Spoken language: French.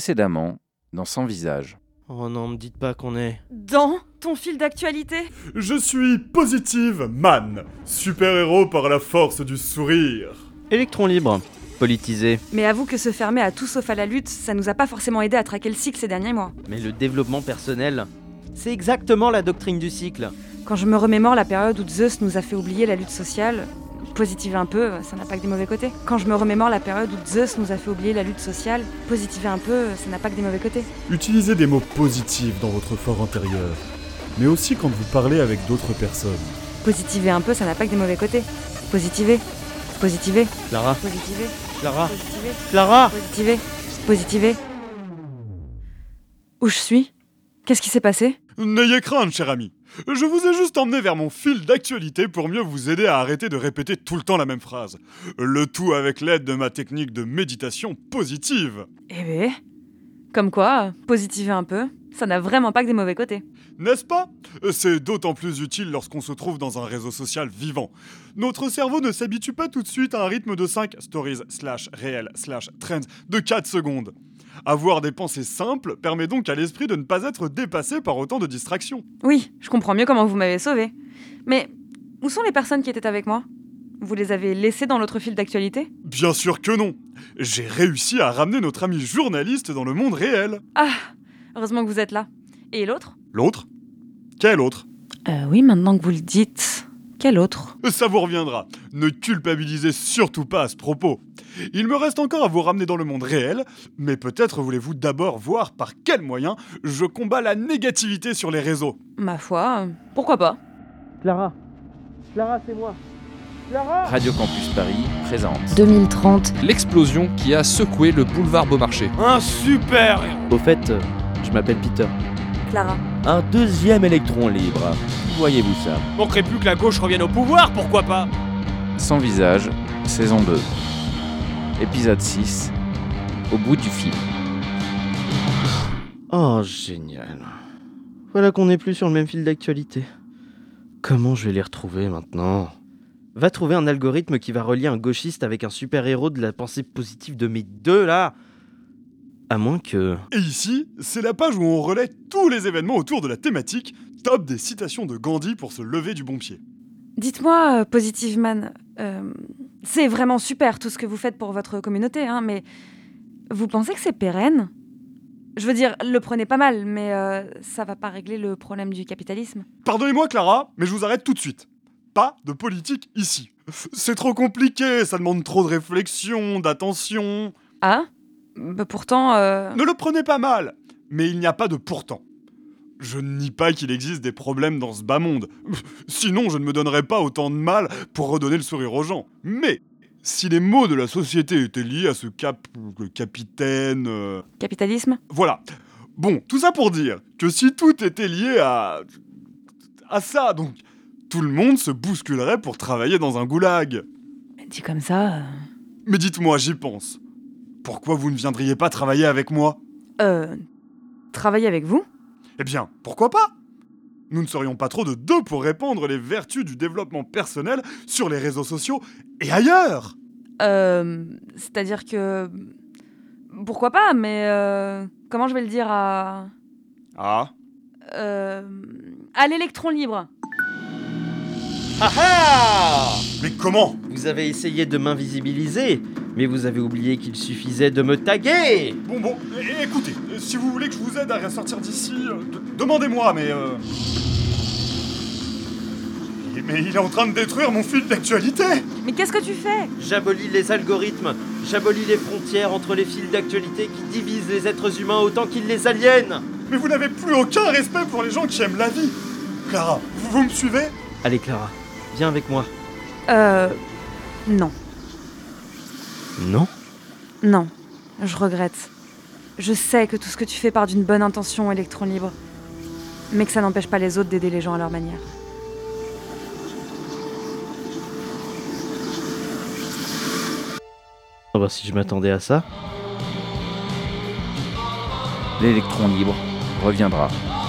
Précédemment, dans Sans Visage. Oh non, me dites pas qu'on est. Dans ton fil d'actualité Je suis Positive Man, super-héros par la force du sourire. Électron libre, politisé. Mais avoue que se fermer à tout sauf à la lutte, ça nous a pas forcément aidé à traquer le cycle ces derniers mois. Mais le développement personnel, c'est exactement la doctrine du cycle. Quand je me remémore la période où Zeus nous a fait oublier la lutte sociale, positiver un peu, ça n'a pas que des mauvais côtés. Quand je me remémore la période où Zeus nous a fait oublier la lutte sociale, positiver un peu, ça n'a pas que des mauvais côtés. Utilisez des mots positifs dans votre fort intérieur, mais aussi quand vous parlez avec d'autres personnes. Positiver un peu, ça n'a pas que des mauvais côtés. Positiver, positiver, Clara, positiver, Clara, positiver, Clara positiver, positiver. Où je suis Qu'est-ce qui s'est passé N'ayez crainte, cher ami. Je vous ai juste emmené vers mon fil d'actualité pour mieux vous aider à arrêter de répéter tout le temps la même phrase. Le tout avec l'aide de ma technique de méditation positive. Eh ben, comme quoi, positiver un peu, ça n'a vraiment pas que des mauvais côtés. N'est-ce pas C'est d'autant plus utile lorsqu'on se trouve dans un réseau social vivant. Notre cerveau ne s'habitue pas tout de suite à un rythme de 5 stories slash réel slash trends de 4 secondes. Avoir des pensées simples permet donc à l'esprit de ne pas être dépassé par autant de distractions. Oui, je comprends mieux comment vous m'avez sauvé. Mais où sont les personnes qui étaient avec moi Vous les avez laissées dans l'autre fil d'actualité Bien sûr que non J'ai réussi à ramener notre ami journaliste dans le monde réel. Ah Heureusement que vous êtes là. Et l'autre L'autre Quel autre Euh oui, maintenant que vous le dites. Quel autre Ça vous reviendra. Ne culpabilisez surtout pas à ce propos. Il me reste encore à vous ramener dans le monde réel, mais peut-être voulez-vous d'abord voir par quels moyens je combats la négativité sur les réseaux. Ma foi, euh, pourquoi pas Clara, Clara, c'est moi. Clara Radio Campus Paris présente 2030, L'explosion qui a secoué le boulevard Beaumarchais. Un super Au fait, euh, je m'appelle Peter. Clara. Un deuxième électron libre. Voyez-vous ça Manquerait plus que la gauche revienne au pouvoir, pourquoi pas Sans Visage, saison 2. Épisode 6. Au bout du fil. Oh, génial. Voilà qu'on n'est plus sur le même fil d'actualité. Comment je vais les retrouver maintenant Va trouver un algorithme qui va relier un gauchiste avec un super-héros de la pensée positive de mes deux là À moins que. Et ici, c'est la page où on relaie tous les événements autour de la thématique, top des citations de Gandhi pour se lever du bon pied. Dites-moi, euh, Positive Man, euh, c'est vraiment super tout ce que vous faites pour votre communauté, hein, mais vous pensez que c'est pérenne Je veux dire, le prenez pas mal, mais euh, ça va pas régler le problème du capitalisme. Pardonnez-moi Clara, mais je vous arrête tout de suite. Pas de politique ici. C'est trop compliqué, ça demande trop de réflexion, d'attention. Ah Bah Pourtant, euh, Ne le prenez pas mal, mais il n'y a pas de pourtant. Je ne nie pas qu'il existe des problèmes dans ce bas monde. Sinon, je ne me donnerais pas autant de mal pour redonner le sourire aux gens. Mais si les mots de la société étaient liés à ce cap, le capitaine, euh, capitalisme voilà. Bon, tout ça pour dire que si tout était lié à à ça, donc tout le monde se bousculerait pour travailler dans un goulag. Dit comme ça. euh, Mais dites-moi, j'y pense. Pourquoi vous ne viendriez pas travailler avec moi Euh. Travailler avec vous Eh bien, pourquoi pas Nous ne serions pas trop de deux pour répandre les vertus du développement personnel sur les réseaux sociaux et ailleurs Euh. C'est-à-dire que. Pourquoi pas, mais. euh, comment je vais le dire à. Ah euh, à l'électron libre Ah ah Mais comment Vous avez essayé de m'invisibiliser, mais vous avez oublié qu'il suffisait de me taguer Bon, bon, é- écoutez, euh, si vous voulez que je vous aide à sortir d'ici, euh, de- demandez-moi, mais... euh, il- Mais il est en train de détruire mon fil d'actualité Mais qu'est-ce que tu fais J'abolis les algorithmes, j'abolis les frontières entre les fils d'actualité qui divisent les êtres humains autant qu'ils les aliènent Mais vous n'avez plus aucun respect pour les gens qui aiment la vie Clara, vous, vous me suivez Allez Clara, viens avec moi. Euh. Non, Non non, je regrette. Je sais que tout ce que tu fais part d'une bonne intention, électron libre. Mais que ça n'empêche pas les autres d'aider les gens à leur manière. Oh bah si je m'attendais à ça. L'électron libre reviendra.